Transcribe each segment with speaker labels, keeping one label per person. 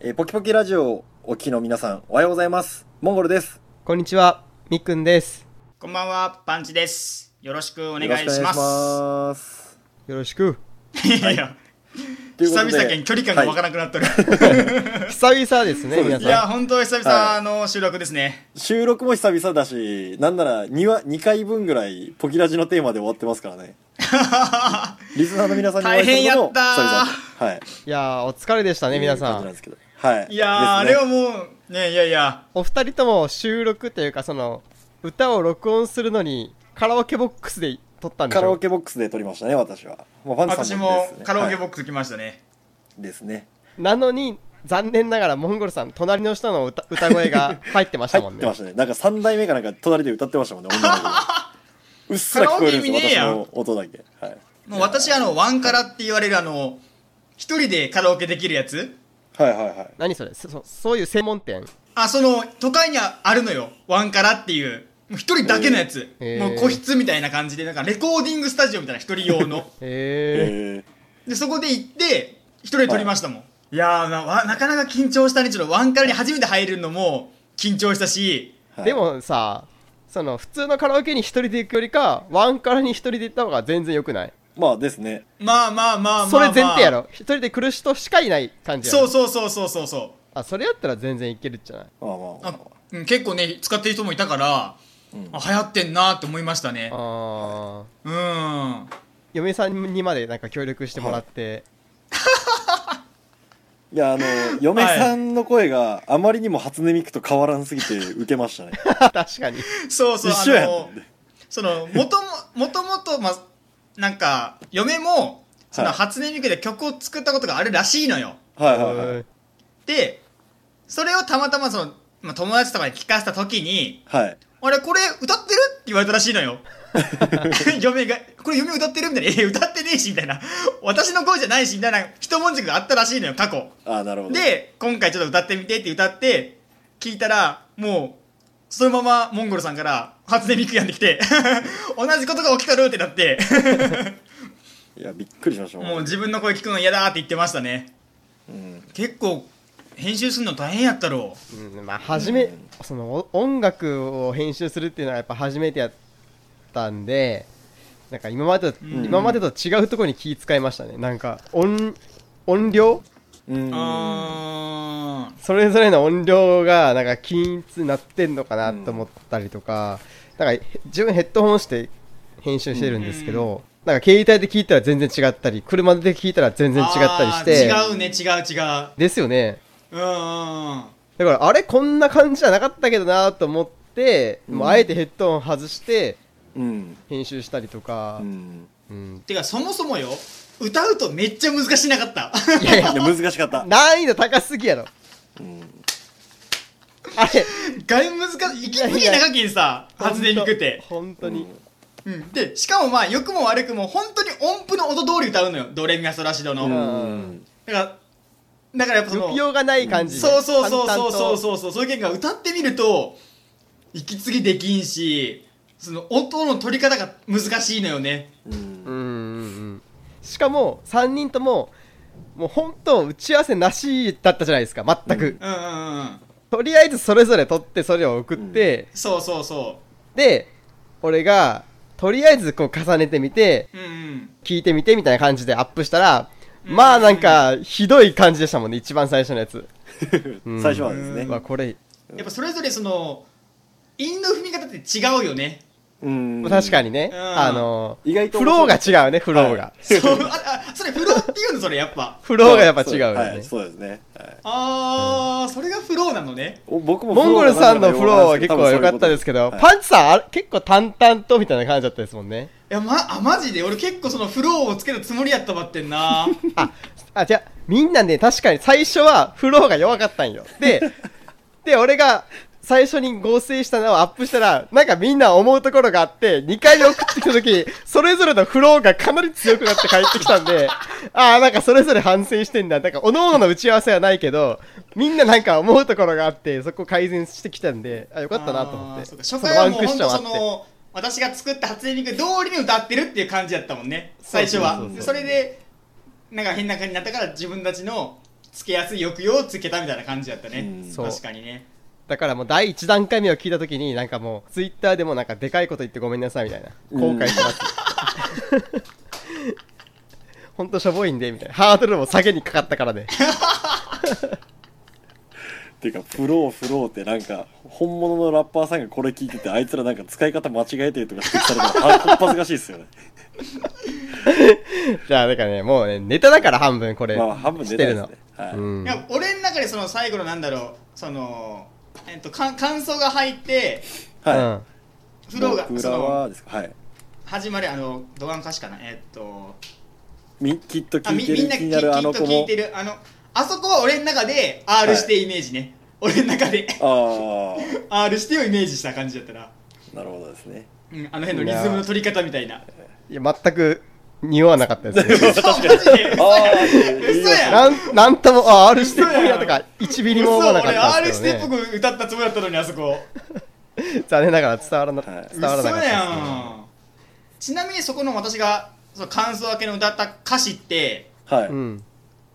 Speaker 1: えーポキポキラジオをお聞きの皆さん、おはようございます。モンゴルです。
Speaker 2: こんにちは、みっくんです。
Speaker 3: こんばんは、パンチです。よろしくお願い
Speaker 1: よろ
Speaker 3: し
Speaker 1: くお願
Speaker 3: ま
Speaker 1: い
Speaker 3: す。
Speaker 1: ます。
Speaker 2: よろしく。
Speaker 3: いやいや、
Speaker 1: というこ
Speaker 3: 久
Speaker 1: とで
Speaker 3: 々に距離感がわか
Speaker 1: はい
Speaker 3: らなくなっとる。
Speaker 2: 久々ですね、
Speaker 1: そうです
Speaker 2: 皆
Speaker 3: い、
Speaker 2: さ
Speaker 3: や、
Speaker 2: ん。
Speaker 3: 本当久々の収録ですね。
Speaker 1: 収録も久々だし、なんなら 2, 話2回分ぐらいポキラジのテーマで終わってますから ね。リスナーの皆さんにお会いするのも
Speaker 3: 大変やったー
Speaker 1: 々。はい。
Speaker 2: いやー、お疲れでしたね、皆
Speaker 1: いう感
Speaker 2: さ
Speaker 1: じなん
Speaker 2: ん。
Speaker 1: ですけど。はい。
Speaker 3: いやー、
Speaker 1: です
Speaker 3: あれは
Speaker 1: ね
Speaker 3: もう、ね、いやいや、
Speaker 2: お二人とも収録というか、その、歌を録音するのに、カラオケボックスで撮ったんでし
Speaker 1: カラオ
Speaker 2: ょ
Speaker 1: ケボックスで撮りましたね、私は。まあ、ファン
Speaker 3: 私
Speaker 1: さん
Speaker 3: も
Speaker 1: ですね
Speaker 3: カラオケボ
Speaker 1: は
Speaker 3: ックス来ましたね。
Speaker 1: いですね。
Speaker 2: なのに、残念ながら、モンゴルさん、隣の人の歌歌声 が入ってました
Speaker 1: 入
Speaker 2: もん
Speaker 1: っ
Speaker 2: ね。
Speaker 1: てましたね。なんか3代目かなんか隣で歌ってましたもんね、女の子 が。うっすら聞こえるんですよ、
Speaker 3: カラオケ
Speaker 1: 私
Speaker 3: 意味ねえ
Speaker 1: の
Speaker 3: やん
Speaker 1: 音だけ。はい。
Speaker 3: もう私、あの、ワンカラって言われる、あの、一人でカラオケできるやつ
Speaker 1: はいはいはい。
Speaker 2: 何それそそそういう専門店
Speaker 3: あ、その、都会にはあるのよ。ワンカラっていう。もう一人だけのやつ。
Speaker 2: へー
Speaker 3: もう個室みたいな感じで、なんかレコーディングスタジオみたいな一人用の。
Speaker 2: へえ
Speaker 1: え
Speaker 3: でそこで行って一人で撮りましたもん、い、やーなわなかなか緊張したねちょっとワンカラに初めて入るのも緊張したし
Speaker 1: ーはい
Speaker 2: でもさその普通のカラオケに一人で行くよりかワンカラに一人で行った方が全然良くない
Speaker 1: まあですね。
Speaker 3: まあまあまあまあ、まあ、
Speaker 2: それ前提やろ一人で来る人しかいない感じやろ
Speaker 3: そうそうそうそうそうそ
Speaker 2: あそれやったら全然いけるんじゃないう
Speaker 1: まあま
Speaker 3: う
Speaker 1: あまあ
Speaker 3: あ、うん、結構ね使ってる人もいたから、あ流行ってんなーって思いましたね
Speaker 2: あー
Speaker 3: うんあ
Speaker 2: 嫁さんにまでなんか協力してもら って、
Speaker 1: いや、あの、嫁さんの声があまりにも初音ミクと変わらんすぎて受けましたね。
Speaker 2: 確かに
Speaker 3: そうそう
Speaker 1: 一緒や
Speaker 3: あ
Speaker 1: ん
Speaker 3: のそのもとももともとまあなんか嫁もその
Speaker 1: はい
Speaker 3: 初音ミクで曲を作ったことがあるらしいのよ、
Speaker 1: はいはいはい。
Speaker 3: でそれをたまたまその、まあ、友達とかに聞かせた時に
Speaker 1: はい。
Speaker 3: 「あれこれ歌ってる?」って言われたらしい のよ嫁が「これ嫁歌ってる?」みたいな「え歌ってねえし」みたいな「私の声じゃないし」みたいな一文字があったらしいのよ過去
Speaker 1: ああ、なるほど。
Speaker 3: で今回ちょっと歌ってみてって歌って聞いたらもうそのままモンゴルさんから初音ミクやんできて 同じことが起きたるって なって
Speaker 1: いや、びっくりしました
Speaker 3: も
Speaker 1: も。
Speaker 3: うん自分の声聞くの嫌だって言ってましたね
Speaker 1: うん。
Speaker 3: 結構編集するの大変やったろう
Speaker 2: うんまあ初め、そのお音楽を編集するっていうのはやっぱ初めてやったんでなんか今までと、
Speaker 3: ん
Speaker 2: 今までと違うところに気使いましたねなんか音音量
Speaker 1: うん。
Speaker 3: あ
Speaker 2: それぞれの音量がなんか均一になってんのかなと思ったりとか、なんかへ自分ヘッドホンして編集してるんですけど、なんか携帯で聞いたら全然違ったり車で聞いたら全然違ったりして
Speaker 3: あー違うね違う違う
Speaker 2: ですよね
Speaker 3: うんうんうん
Speaker 2: だからあれこんな感じじゃなかったけどなと思って、もうあえてヘッドホン外して
Speaker 1: うん。
Speaker 2: 編集したりとか
Speaker 1: う、ん。
Speaker 2: うん
Speaker 3: てかそもそもよ歌うとめっちゃ難しなかった
Speaker 2: いやい
Speaker 1: いや、
Speaker 2: や
Speaker 1: 難しかった。
Speaker 2: 難易度高すぎ やろ
Speaker 1: うん。
Speaker 2: あれ
Speaker 3: 外難しい息継ぎ長きにさ発電にくて、
Speaker 2: 本当に、
Speaker 3: うん、でしかもまあ良くも悪くも本当に音符の音通り歌うのよドレミファソラシドの、
Speaker 1: う
Speaker 3: だか
Speaker 1: ん。
Speaker 3: らだからやっぱその
Speaker 2: 抑揚がない感じで
Speaker 3: そうそうそうそうそう
Speaker 2: う
Speaker 3: そうそうそういう件が歌ってみると息継ぎできんしその音の取り方が難しいのよね
Speaker 1: うん
Speaker 2: うんうんうんしかも3人とももう本当打ち合わせなしだったじゃないですか全く、
Speaker 3: うんうんうん
Speaker 2: とりあえずそれぞれ撮ってそれを送って、
Speaker 3: そうそうそ
Speaker 2: で俺がとりあえずこう重ねてみて
Speaker 3: ううんうん
Speaker 2: 聞いてみてみたいな感じでアップしたらまあなんかひどい感じでしたもんね一番最初のやつ、うん
Speaker 1: 最初はです
Speaker 2: うわ
Speaker 1: ね。
Speaker 2: これ
Speaker 3: やっぱそれぞれその韻の踏み方って違うよね
Speaker 1: うん
Speaker 2: 確かにね、
Speaker 3: うん
Speaker 2: あの
Speaker 1: 意外と
Speaker 2: フローが違うねフローが、
Speaker 1: は
Speaker 3: そうああそれフローっていうのそれやっぱ
Speaker 2: フローがやっぱ違うよね、
Speaker 1: はい、そうですね。はい
Speaker 3: あーそれがフローなのね
Speaker 1: お僕も
Speaker 2: モンゴルさんのフローは結構良かったですけど、パ
Speaker 1: ン
Speaker 2: ンチさんあれ結構淡々とみたいな感じだったですもんね。
Speaker 3: いやまあマジで俺結構そのフローをつけるつもりやったばってんな
Speaker 2: あ、あ、じゃあみんなね、確かに最初はフローが弱かったんよ。で、 で、俺が最初に合成したのをアップしたら、なんかみんな思うところがあって、2回送ってきた時、それぞれのフローがかなり強くなって帰ってきたんで、ああ、なんかそれぞれ反省してんだ。なんか、各々の打ち合わせはないけど、みんななんか思うところがあって、そこ改善してきたんで、あ、よかったなと思っ
Speaker 3: あー
Speaker 2: て。
Speaker 3: そうか
Speaker 2: そ
Speaker 3: 初
Speaker 2: の
Speaker 3: 回
Speaker 2: ワ
Speaker 3: は
Speaker 2: ン
Speaker 3: も
Speaker 2: ク
Speaker 3: う
Speaker 2: ッショ
Speaker 3: 本
Speaker 2: ンあ
Speaker 3: 当そ
Speaker 2: って。
Speaker 3: の私が作った初音ミク通りに歌ってるっていう感じやったもんね最初
Speaker 2: そ
Speaker 3: は
Speaker 2: う
Speaker 3: そ
Speaker 2: そうそう
Speaker 3: れでなんか変な感じになったから自分たちのつけやすい抑揚をつけたみたいな感じだったね
Speaker 1: うん。
Speaker 2: そう
Speaker 3: 確かにね。
Speaker 2: だからもう第1段階目を聞いた時になんかもうツイッターでもなんかでかいこと言ってごめんなさいみたいな
Speaker 1: うん
Speaker 2: 後悔してます ほんとしょぼいんでみたいなハードルも下げにかかったからね
Speaker 1: ていうかフローフローってなんか本物のラッパーさんがこれ聞いててあいつらなんか使い方間違えてるとか指摘されたらあこっ恥ずかしいですよね
Speaker 2: じゃあだからねもうねネタだから半分これ
Speaker 1: まあ半分
Speaker 2: し
Speaker 1: 出
Speaker 2: て
Speaker 1: たいで
Speaker 2: る
Speaker 1: す
Speaker 2: の
Speaker 1: ね、はい
Speaker 2: うん
Speaker 3: いや俺の中でその最後のなんだろう、その、えっと、か感想が入って、
Speaker 1: は
Speaker 2: うん
Speaker 1: い、
Speaker 3: フローが、
Speaker 1: 僕
Speaker 3: そ
Speaker 1: ら
Speaker 3: の、
Speaker 1: はですかはい
Speaker 3: 始まる、あの、ドアン歌詞かな。えっと、
Speaker 1: みきっと
Speaker 3: あ
Speaker 1: 聞い
Speaker 3: み
Speaker 1: て
Speaker 3: み
Speaker 1: る
Speaker 3: んな
Speaker 1: 気
Speaker 3: き
Speaker 1: に
Speaker 3: き
Speaker 1: な
Speaker 3: っと
Speaker 1: るあの子
Speaker 3: 聞い
Speaker 1: も
Speaker 3: てる。あの、あそこは俺の中で R してイメージね。俺の中で
Speaker 1: あ
Speaker 3: R してをイメージした感じだったな。
Speaker 1: あなるほどですね
Speaker 3: うん、あの辺のリズムの取り方みたいな。
Speaker 2: いや全く匂わなかっ たですね
Speaker 3: 嘘マジで嘘
Speaker 1: ああ
Speaker 3: 嘘や
Speaker 2: なんなんともあ R してっぽいなとか1ミリも思わなかった
Speaker 3: 嘘俺 R
Speaker 2: で
Speaker 3: ス
Speaker 2: す
Speaker 3: テ
Speaker 2: け
Speaker 3: ッ
Speaker 2: ど
Speaker 3: プ
Speaker 2: ね
Speaker 3: 僕歌ったつもりだったのにあそこ
Speaker 2: 残念ながら伝わらな伝わ
Speaker 1: はい
Speaker 2: ら
Speaker 3: 嘘
Speaker 2: なかったですね
Speaker 3: やんちなみにそこの私がその感想明けの歌った歌詞って
Speaker 1: はい、い
Speaker 2: うん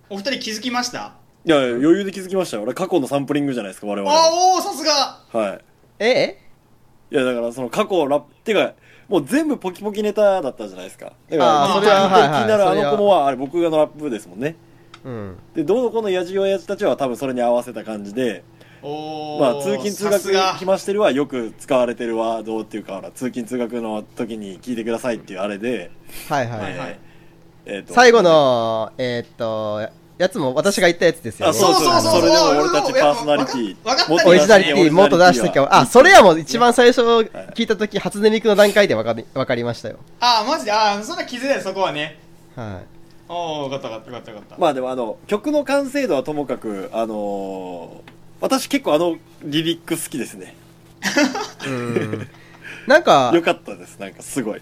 Speaker 3: お二人気づきました
Speaker 1: やいや余裕で気づきましたよ俺過去のサンプリングじゃないですか我々
Speaker 3: あ
Speaker 1: は
Speaker 3: おおさすが
Speaker 1: はい
Speaker 2: え
Speaker 1: いやだからその過去ラップってかもう全部ポキポキネタだったじゃないですかだ
Speaker 2: あ
Speaker 1: からき
Speaker 3: ー
Speaker 1: っと
Speaker 3: それは
Speaker 2: はいはい
Speaker 1: 気になるあ
Speaker 2: それ
Speaker 1: の
Speaker 2: は
Speaker 1: 子もはあれ僕がのラップですもんね
Speaker 2: うん
Speaker 1: でどうのこうのやじおやじたちは多分それに合わせた感じで
Speaker 3: おお、
Speaker 1: まあ通勤通
Speaker 3: さすが
Speaker 1: 学来ましてるはよく使われてるワードっていうかほら通勤通学の時に聞いてくださいっていうあれで、
Speaker 2: はいはい、
Speaker 3: はいはい
Speaker 1: えーと
Speaker 2: 最後のえーっとやつも私が言ったやつですよ
Speaker 1: あ
Speaker 2: ね
Speaker 1: そうそうそうそ
Speaker 3: そうそうそう
Speaker 1: れでも俺たちパーソナリティ
Speaker 3: わかった
Speaker 1: もっと
Speaker 2: オ
Speaker 1: 出し
Speaker 2: リジ
Speaker 1: て
Speaker 2: ナ
Speaker 1: ね
Speaker 2: リティ元出してきゃあそれはもう一番最初聞いた時初音ミクの段階で分かり分かりましたよ
Speaker 3: あーマジであーそんな気づいたよそこはね
Speaker 2: は
Speaker 3: おおよかったよかったよかったよかった、
Speaker 1: まあでもあの曲の完成度はともかくあのー私結構あのリリック好きですね
Speaker 2: いうんなんか
Speaker 1: よかったですなんかすごい
Speaker 2: い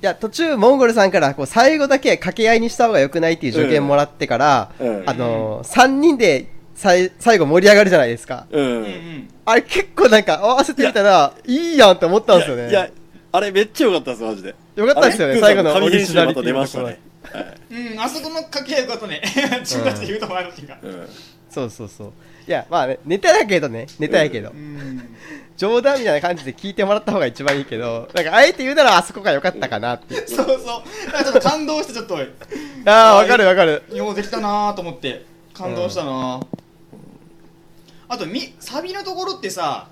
Speaker 2: や途中モンゴルさんからこう最後だけ掛け合いにした方が良くないっていう助言もらってから、
Speaker 1: うんうん
Speaker 2: あのー、3人でさい最後盛り上がるじゃないですか
Speaker 1: うん、
Speaker 3: うんう
Speaker 1: い
Speaker 3: ん
Speaker 2: あれ結構なんか合わせてみたらいいやんって思ったんですよね
Speaker 1: やいやあれめっちゃ良かったですマジで
Speaker 2: よかったですよね
Speaker 1: あれ
Speaker 2: 最後のオ
Speaker 1: 神
Speaker 2: リ
Speaker 1: 編
Speaker 2: ジ
Speaker 1: 集
Speaker 2: ナ
Speaker 1: ま
Speaker 2: リ
Speaker 1: た
Speaker 2: ティ
Speaker 1: 出
Speaker 2: の
Speaker 1: ま
Speaker 2: と
Speaker 1: した
Speaker 2: ころ
Speaker 1: ね、はい
Speaker 3: うん、あそこの掛け合いよかったね 自分たちで言うともあるっていうか
Speaker 1: うん
Speaker 2: そうそうそういやまあねネタだけどねネタやけど、
Speaker 3: うん
Speaker 2: 冗談みたいな感じで聞いてもらった方が一番いいけどなんかあえて言うならあそこが良かったかなっていう
Speaker 3: そうそう。なんかちょっと感動して、ちょっと、
Speaker 2: ああわかるわかる
Speaker 3: ようできたなーと思って、感動したなーあと、み、サビのところってさ、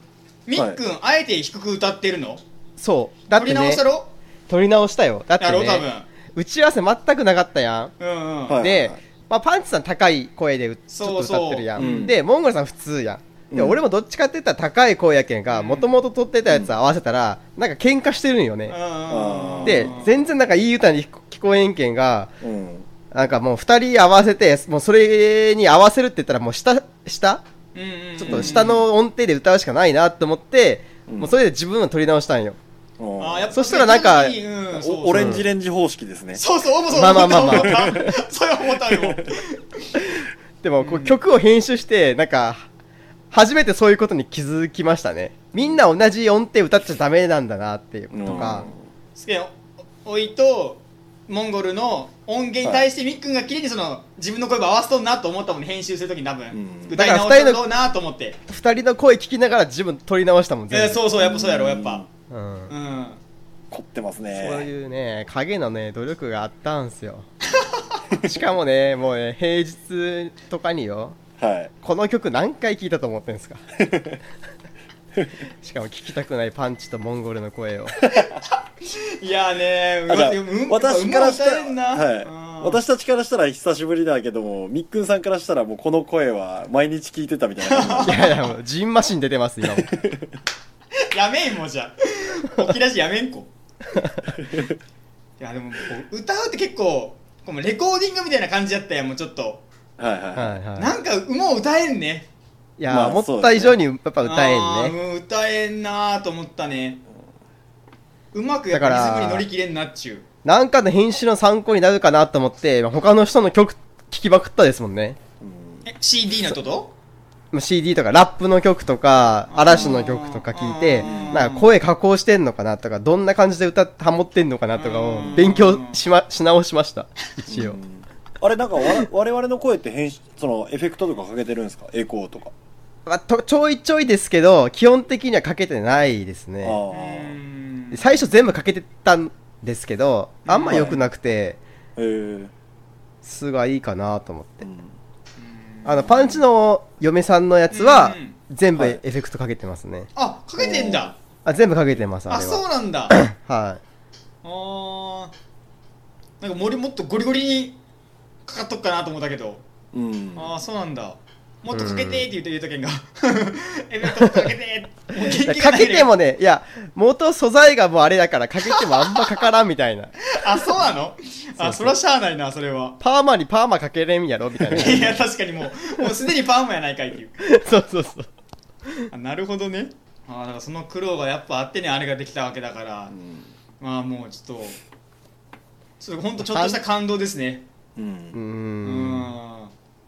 Speaker 3: みっくん、あえて低く歌ってるの
Speaker 2: そうだっ
Speaker 3: 取
Speaker 2: て
Speaker 3: り直
Speaker 2: ね
Speaker 3: したろ
Speaker 2: 撮り直したよだって
Speaker 3: やろ、多分
Speaker 2: ね。打ち合わせ全くなかったやん
Speaker 3: うんうん。
Speaker 1: はい
Speaker 2: で、まあ、パンチさん高い声でうちょっと歌ってるやん
Speaker 1: そうそううん
Speaker 2: でモンゴルさん普通やんで、
Speaker 1: うん
Speaker 2: 俺もどっちかって言ったら高い声やけんが
Speaker 3: うん
Speaker 2: もともと撮ってたやつ合わせたら、なんか喧嘩してるんよ
Speaker 3: うん
Speaker 2: ね、
Speaker 3: うんうん。
Speaker 2: で全然なんかいい歌に聞こえんけんが
Speaker 1: うん
Speaker 2: なんかもう二人合わせてもうそれに合わせるって言ったらもう下下
Speaker 3: 然
Speaker 2: ちょっと下。の音程で歌うしかないなと思って、もうそれで自分を取り直したんよ。
Speaker 1: うん
Speaker 3: あーやっぱ
Speaker 2: そしたらなんか
Speaker 3: うんそうそう
Speaker 1: おオレンジレンジ方式ですね
Speaker 3: そうそう、思うそう、
Speaker 2: まあまあまあまあ
Speaker 3: 思った思った それは思ったよ。
Speaker 2: でも、こう曲を編集して、なんか、初めてそういうことに気づきましたね。みんな同じ音程歌っちゃダメなんだなっていう
Speaker 1: うん
Speaker 2: とか、
Speaker 3: すげえおおいとモンゴルの音源に対してみっくんが綺麗にその自分の声も合わせとんなと思ったもんね編集するときに多分、
Speaker 1: うん
Speaker 3: 歌い直
Speaker 2: だ
Speaker 3: し
Speaker 2: から二人の
Speaker 3: とこうなと思って、
Speaker 2: 二人の声聞きながら自分取り直したもん、
Speaker 3: えー
Speaker 2: 全部。
Speaker 3: そうそうやっぱそうやろやっぱ
Speaker 2: うん
Speaker 3: うん、
Speaker 1: 凝ってますね
Speaker 2: そういうね、影のね、努力があったんすよ。しかもね、もうね、平日とかによ、
Speaker 1: はい
Speaker 2: この曲何回聞いたと思ってんすかしかも聞きたくないパンチとモンゴルの声を。
Speaker 3: いやーね
Speaker 1: あじゃあ
Speaker 3: うん
Speaker 1: 私からした
Speaker 3: うん歌
Speaker 1: ら、
Speaker 3: えんな
Speaker 1: はい
Speaker 3: うん
Speaker 1: 私たちからしたら久しぶりだけどもみっくんさんからしたらもうこの声は毎日聞いてたみたいな感
Speaker 2: いやいや、もう、ジンマシン出てます、今も。
Speaker 3: やめんもうじゃあ起き出しやめんこいやでもこう歌うって結構こうレコーディングみたいな感じやったやんもうちょっと、
Speaker 1: じはいはい、
Speaker 2: はいは
Speaker 3: なんかもう歌えんね
Speaker 2: い。いや、
Speaker 1: まあ
Speaker 2: 思った以上にやっぱ歌
Speaker 3: あ
Speaker 2: え
Speaker 3: ー
Speaker 2: んね。
Speaker 3: もう歌えんなーと思ったねうまくやっ
Speaker 2: だから
Speaker 3: ぱリズムに乗り切れんなっちゅう
Speaker 2: なんかの編集の参考になるかなと思って、まあ他の人の曲聴きまくったですもんね。
Speaker 1: うん
Speaker 3: え CD のこと
Speaker 2: まあ CD とかラップの曲とか、
Speaker 3: あー
Speaker 2: 嵐の曲とか聞いて、
Speaker 3: うん
Speaker 2: なんか声加工してんのかなとか、どんな感じで歌ってハモってんのかなとかを
Speaker 3: うん
Speaker 2: 勉強しま、し直しました。一応。
Speaker 1: あれなんかわ我々の声って変しそのエフェクトとかかけてるんですかエコーとか、
Speaker 2: まあ、とちょいちょいですけど基本的にはかけてないですね
Speaker 1: あ
Speaker 3: う
Speaker 1: あ
Speaker 3: ん
Speaker 2: 最初全部かけてたんですけどあんま良くなくて、
Speaker 1: ええ
Speaker 2: すごいいいかなと思って
Speaker 1: うん
Speaker 2: あのパンチの嫁さんのやつは
Speaker 3: うん
Speaker 2: 全部
Speaker 1: はい
Speaker 2: エフェクトかけてますね、
Speaker 3: あかけてんだ
Speaker 2: あ全部かけてますあ
Speaker 3: あ
Speaker 2: れ
Speaker 3: そう
Speaker 2: は
Speaker 3: なんだ
Speaker 2: は
Speaker 3: あーなんか森もっとゴリゴリにかかっとくかなと思ったけど
Speaker 1: うん
Speaker 3: ああそうなんだもっとかけてーって言って言う とけんがエフェクトかけてーもう元
Speaker 2: い
Speaker 3: 気が
Speaker 2: か
Speaker 3: ない
Speaker 2: けてもねいや元素材がもうあれだからかけてもあんまかからんみたい な
Speaker 3: あそうなのあそりゃしゃあないなそれは
Speaker 2: パーマにパーマかけれんやろみ たいな
Speaker 3: いや確かにもうもうすでにパーマやないかいっていう
Speaker 2: そうそうそう
Speaker 3: あなるほどねあーだからその苦労がやっぱあってねあれができたわけだからまあもうちょっとちょっとほんとちょっとした感動ですね
Speaker 1: う
Speaker 2: うー
Speaker 1: ん
Speaker 3: うんん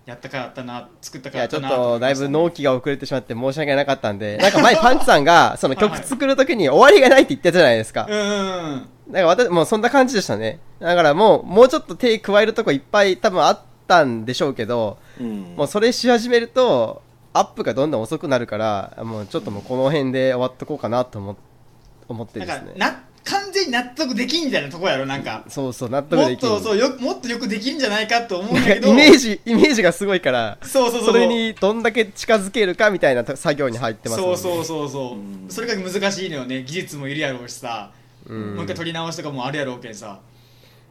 Speaker 3: やったからやったな作った
Speaker 2: い
Speaker 3: から
Speaker 2: や
Speaker 3: やっ
Speaker 2: ちょ
Speaker 3: た
Speaker 2: っ
Speaker 3: な
Speaker 2: とだいぶ
Speaker 3: ノ
Speaker 2: 納期が遅れてしまって申し訳なかったんでなんか前にパンチさんがその曲
Speaker 3: はいはい
Speaker 2: 作る時に終わりがないって言ったじゃないですか、
Speaker 3: うんうんうん
Speaker 2: なんか私、もうそんな感じでしたね。だからもう、もうちょっと手加えるとこいっぱい多分あったんでしょうけど、
Speaker 1: うん
Speaker 2: もうそれし始めると、アップがどんどん遅くなるから、もうちょっともうこの辺で終わっとこうかなと思っ思って
Speaker 3: な
Speaker 2: で
Speaker 3: ん
Speaker 2: す
Speaker 3: か
Speaker 2: ね。
Speaker 3: な完全に納得できんみたいなとこやろなんか
Speaker 2: そうそう、納得
Speaker 3: もっ
Speaker 2: できる。
Speaker 3: とそうよもっとよくできるんじゃないかと思うんだ
Speaker 2: な
Speaker 3: け
Speaker 2: ん
Speaker 3: ど
Speaker 2: かイメージ、イメージがすごいから、
Speaker 3: そうそうそ
Speaker 2: そ
Speaker 3: う
Speaker 2: れにどんだけ近づけるかみたいな作業に入ってますもん
Speaker 3: そ
Speaker 2: ね。
Speaker 3: うそうそうそう、それが難しいのよね技術もいるやろうしさ、
Speaker 2: うん
Speaker 3: もう一回取り直しとかもあるやろうけんさ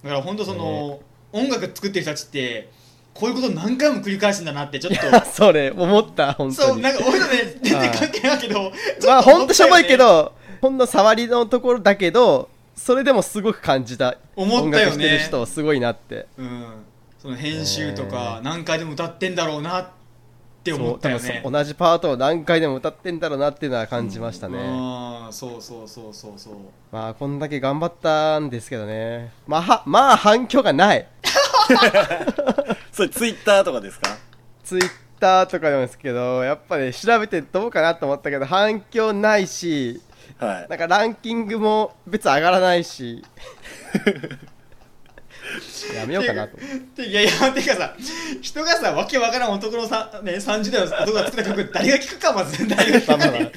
Speaker 3: だから本当その、音楽作ってる人たちってこういうこと何回も繰り返すんだなってちょっ
Speaker 2: いや
Speaker 3: と
Speaker 2: それ、思った、本当に。
Speaker 3: そうなんか俺のね全然関係ないけどち
Speaker 2: ま
Speaker 3: ょ
Speaker 2: あ
Speaker 3: っと
Speaker 2: ほ
Speaker 3: 思
Speaker 2: ん
Speaker 3: っ
Speaker 2: とした
Speaker 3: よね
Speaker 2: ょぼいけどほんの触りのところだけどそれでもすごく感じた
Speaker 3: 思った
Speaker 2: 音
Speaker 3: よね
Speaker 2: 楽してる人すごいなって
Speaker 3: うんその編集とか何回でも歌ってんだろうなって
Speaker 2: そ
Speaker 3: 思
Speaker 2: う
Speaker 3: ったよ
Speaker 2: 多分
Speaker 3: ね
Speaker 2: そう同じパートを何回でも歌ってんだろうなっていうのは感じましたね、
Speaker 3: うんそうそうそうそうそう
Speaker 2: まあこんだけ頑張ったんですけどねまあはまあ反響がない
Speaker 1: それツイッターとかですか
Speaker 2: ツイッターとかなんですけどやっぱり調べてどうかなと思ったけど反響ないし
Speaker 1: はい
Speaker 2: なんかランキングも別に上がらない しやめようかなと
Speaker 3: ていやいやてかさ人がさわけわからん男のさ、ね、30代の男が作った曲誰が聴くかまず誰が聴くかね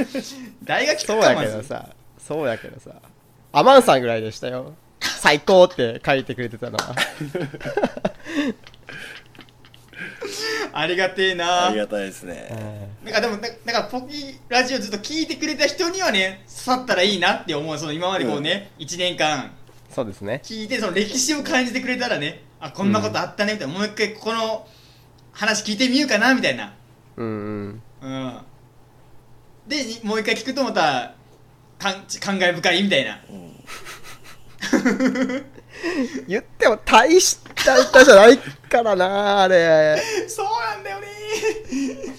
Speaker 3: 誰が聴
Speaker 2: そう
Speaker 3: くか
Speaker 2: や
Speaker 3: ま
Speaker 2: けど
Speaker 3: ず
Speaker 2: さ、そうやけどさ、アマンさんぐらいでしたよ。最高って書いてくれてたの は。
Speaker 3: ありがてえな
Speaker 1: ありがたいですね
Speaker 3: なんかでもななんかポキラジオずっと聞いてくれた人にはね刺さったらいいなって思うその今までこうね、一1年間
Speaker 2: そうですね。
Speaker 3: 聞いてその歴史を感じてくれたらねあこんなことあったねみたいな、もう一回ここの話聞いてみようかなみたいな
Speaker 2: うんうん。
Speaker 3: うんでにもう一回聞くとまたかん感慨深いみたいな
Speaker 1: うん
Speaker 2: 言っても大した歌じゃないからな、あれ。
Speaker 3: そうなんだよね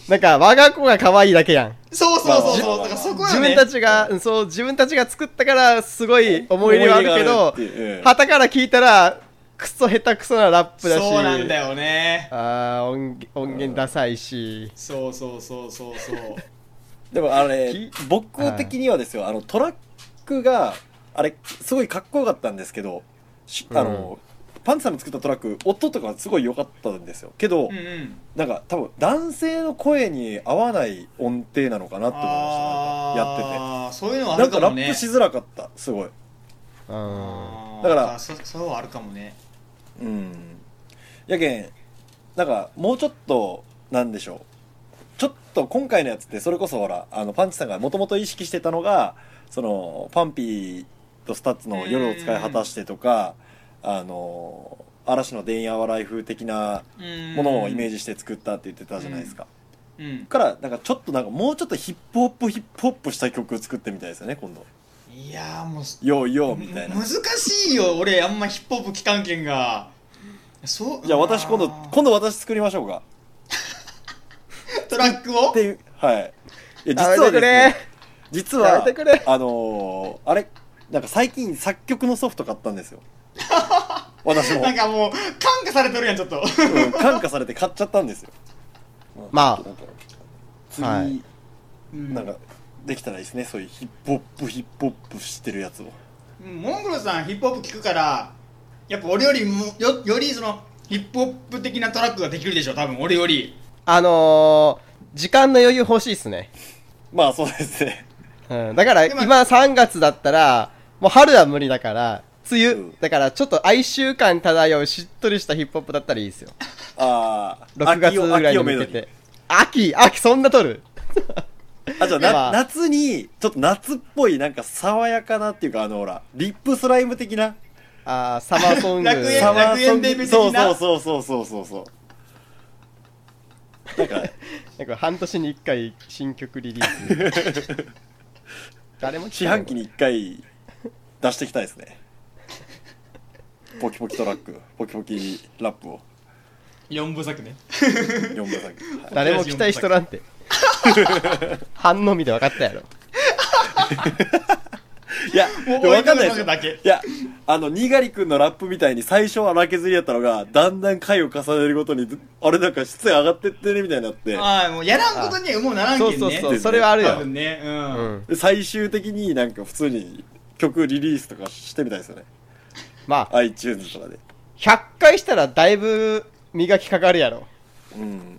Speaker 2: なんか、我が子が可愛いだけやん。
Speaker 3: そうそうそうそう、
Speaker 1: まあ
Speaker 3: だからそこは
Speaker 2: 自
Speaker 3: ね
Speaker 2: 分たちが、うんそう、自分たちが作ったから、すごい思い入れはある
Speaker 1: 思
Speaker 2: けど
Speaker 1: い入れがあるっていうう、ん
Speaker 2: 旗から聞いたら、クソ下手くそなラップだし。
Speaker 3: そうなんだよね
Speaker 2: あー音源音源ダサいし。
Speaker 3: そうそうそうそうそう
Speaker 1: でもあれ
Speaker 2: き
Speaker 1: 僕的にはですよあのトラックがあれすごいかっこよかったんですけどしあの、パンツさんの作ったトラック音とかすごい良かったんですよけど、
Speaker 3: うんうん
Speaker 1: なんか多分男性の声に合わない音程なのかなって思いましたなんかやってて
Speaker 3: ああそういうのはあ
Speaker 1: な
Speaker 3: る
Speaker 1: ん
Speaker 3: か
Speaker 1: か
Speaker 3: も
Speaker 1: ラ
Speaker 3: ね
Speaker 1: ップしづらかったすごい
Speaker 2: うん。
Speaker 3: あー
Speaker 1: だから
Speaker 3: あそそうはあるかもね
Speaker 1: うんやけんなんかもうちょっとなんでしょうちょっと今回のやつってそれこそほらあのパンチさんがもともと意識してたのがそのパンピーとスタッツの「夜を使い果たして」とかあの嵐の「電夜はライフ」的なも
Speaker 3: も
Speaker 1: のをイメージして作ったって言ってたじゃないですか。
Speaker 3: うん
Speaker 1: からなんかちょっとなんかもうちょっとヒップホップヒップホップした曲作ってみたいですよね今度
Speaker 3: いやーもうす
Speaker 1: 「よいよ」
Speaker 3: む
Speaker 1: みたいな
Speaker 3: 難しいよ俺あんまヒップホップ期間券がそう
Speaker 1: じゃあ私今度
Speaker 3: あー
Speaker 1: 今度私作りましょうか
Speaker 3: トラックを
Speaker 1: っていうはいいや実
Speaker 2: やめ
Speaker 1: は
Speaker 2: て
Speaker 1: で
Speaker 2: く
Speaker 1: す
Speaker 2: れ
Speaker 1: ね実
Speaker 2: や
Speaker 1: は
Speaker 2: めてくれ
Speaker 1: あのーあれなんか最近作曲のソフト買ったん ですよ私も、
Speaker 3: なんかもう感化されてるやんちょっと
Speaker 1: うん感化されて買っちゃったんですよ
Speaker 2: まあ
Speaker 1: なんか次、
Speaker 2: はい
Speaker 1: なんかできたらいいですねそういうヒップホップヒップホップしてるやつを
Speaker 3: モンゴルさんヒップホップ聞くからやっぱ俺よりもよよりそのヒップホップ的なトラックができるでしょ多分俺より
Speaker 2: あのー、時間の余裕欲しいっすね。
Speaker 1: まあそうですね
Speaker 2: うん、だから
Speaker 3: でも
Speaker 2: 今3月だったら、もう春は無理だから、梅雨、
Speaker 1: うん
Speaker 2: だからちょっと哀愁感漂うしっとりしたヒップホップだったらいいですよ。
Speaker 1: ああ
Speaker 2: 6月ぐらいに向けて。秋、秋、そんな撮る
Speaker 1: あじゃあな
Speaker 2: まあ
Speaker 1: 夏にちょっと夏っぽいなんか爽やかなっていうかあのほらリップスライム的な
Speaker 2: あーサマー ソング。
Speaker 3: 楽園
Speaker 1: サマーソン
Speaker 3: 楽園デビュ
Speaker 1: グ
Speaker 3: ー的な
Speaker 1: そうそうそうそうそうそうそうなんか
Speaker 2: なんか半年に1回新曲リリース。 誰も
Speaker 1: 四
Speaker 2: 聞かない
Speaker 1: 半期に1回出していきたいですねポキポキトラックポキポキラップを
Speaker 3: 4部作ね
Speaker 1: 4分先、はい
Speaker 2: 誰も期待しとら んて。反応見て分かったやろ。
Speaker 1: いや
Speaker 3: もう
Speaker 1: でもわかんない
Speaker 3: 追いかけるだけ
Speaker 1: ですよいやあのにがりくんのラップみたいに最初は荒削りやったのがだんだん回を重ねるごとにあれなんか質が上がってってねみたいになって
Speaker 3: ああもうやらんことにはもうならんけん
Speaker 2: そう
Speaker 3: ね
Speaker 2: そうそう、
Speaker 1: ね
Speaker 2: それはある
Speaker 3: 多
Speaker 2: よ。
Speaker 3: 分ねうん、
Speaker 2: うん。
Speaker 1: で最終的になんか普通に曲リリースとかしてみたいですよね
Speaker 2: まあ、
Speaker 1: iTunes とかで
Speaker 2: 100回したらだいぶ磨きかかるやろ。
Speaker 1: うん
Speaker 3: うん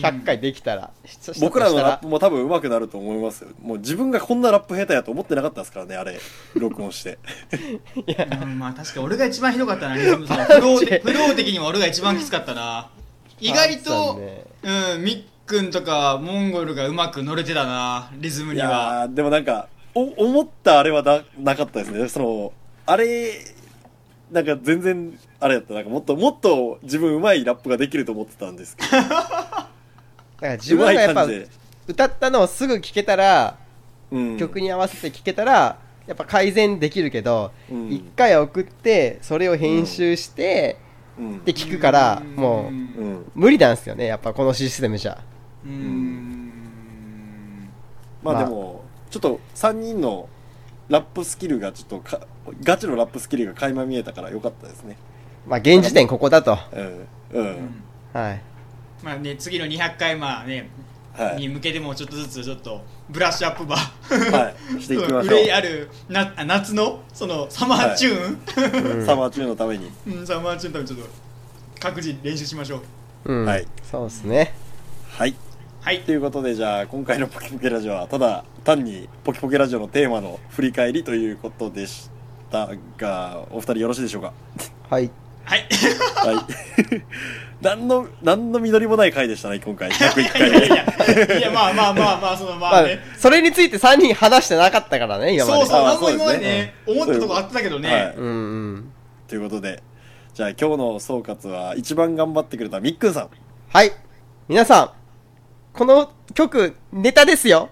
Speaker 2: 100回できたら。した
Speaker 1: 僕らの
Speaker 2: した
Speaker 1: ラップも多分上手くなると思いますよもう自分がこんなラップ下手やと思ってなかったですからねあれ録音して
Speaker 3: うんまあ確か俺が一番ひどかったなリズムさん不動的不動的にも俺が一番きつかったな意外
Speaker 2: パン
Speaker 3: と、
Speaker 2: ツさんね
Speaker 3: うんミックンとかモンゴルがうまく乗れてたなリズム
Speaker 1: い
Speaker 3: には
Speaker 1: やーでもなんかお思ったあれはななかったですねそのあれなんか全然あれやったなんかもっともっと自分上手いラップができると思ってたんですけど
Speaker 2: だから自分がやっぱ
Speaker 1: 上手い感じで
Speaker 2: 歌ったのをすぐ聴けたら、
Speaker 1: うん
Speaker 2: 曲に合わせて聴けたら、やっぱ改善できるけど、一
Speaker 1: うん
Speaker 2: 回送って、それを編集して、
Speaker 1: うん
Speaker 2: で聞くから、
Speaker 3: ん
Speaker 2: もう、
Speaker 1: うん
Speaker 2: 無理なんですよね、やっぱこのシステムじゃ。
Speaker 3: うーん
Speaker 1: まあ
Speaker 2: まあ
Speaker 1: でも、ちょっと3人のラップスキルがちょっとかガチのラップスキルが垣間見えたから良かったですね
Speaker 2: まあ、現時点ここだと。
Speaker 1: うんうん、
Speaker 2: はい。
Speaker 3: まあね次の200回まあね、
Speaker 1: は
Speaker 3: に
Speaker 1: い、
Speaker 3: 向けてもちょっとずつちょっとブラッシュアップば
Speaker 1: はい、していきましょ
Speaker 3: 憂いあるなあ夏のそのサマーチューン、
Speaker 1: うサマーチューンのために、
Speaker 3: うん、サマーチューンのためにちょっと各自練習しましょう
Speaker 2: うん。
Speaker 1: はい
Speaker 2: そうですね。
Speaker 1: はい
Speaker 3: はい
Speaker 1: ということでじゃあ今回の「ポキポキラジオ」はただ単に「ポキポキラジオ」のテーマの振り返りということでしたがお二人よろしいでしょうか
Speaker 2: はい。
Speaker 3: はい
Speaker 1: はい 何の何の実りもない回でしたね今回101
Speaker 3: いや
Speaker 1: 回
Speaker 3: いや
Speaker 1: 目
Speaker 3: いやいやまあまあまあまあそのまあ
Speaker 2: まあ
Speaker 3: ね、、
Speaker 2: それについて3人話してなかったからね、今ま
Speaker 3: そう
Speaker 2: で。
Speaker 3: そう
Speaker 1: あ
Speaker 3: 何も
Speaker 1: そうですね
Speaker 3: 今までね、
Speaker 1: うん
Speaker 3: 思ったとこあったけどね、
Speaker 1: はい
Speaker 2: うんうん。
Speaker 1: ということでじゃあ今日の総括は一番頑張ってくれたみっくんさん
Speaker 2: はい。皆さん、この曲、ネタですよ。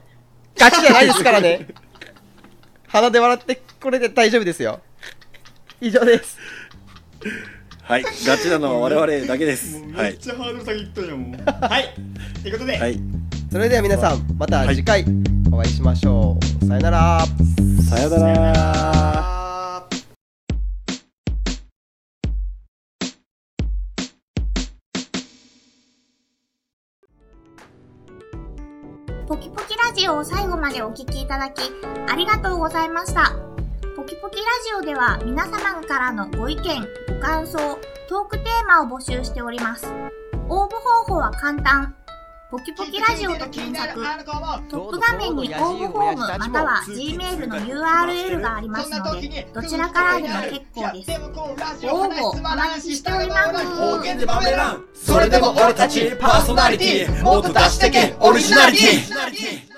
Speaker 2: ガチじゃないですからね。鼻で笑って、これで大丈夫ですよ。以上です。
Speaker 1: はいガチなのは我々だけです
Speaker 3: もう
Speaker 1: は
Speaker 3: めっ
Speaker 1: い
Speaker 3: ちゃハードル下げっとんやもうはいということで、
Speaker 1: はい
Speaker 2: それでは皆さん、また次回お会いしましょう。さよなら。
Speaker 1: さよなら
Speaker 3: あー
Speaker 4: ポキポキラジオを最後までお聞きいただき、ありがとうございました。ポキポキラジオでは皆様からのご意見、ご感想、トークテーマを募集しております。応募方法は簡単。ポキポキラジオと検索、トップ画面に応募フォームまたは Gmail の URL がありますので、どちらからでも結構です。応募お待ちしております。
Speaker 5: それでも俺たちパーソナリティもっと出してけオリジナリティ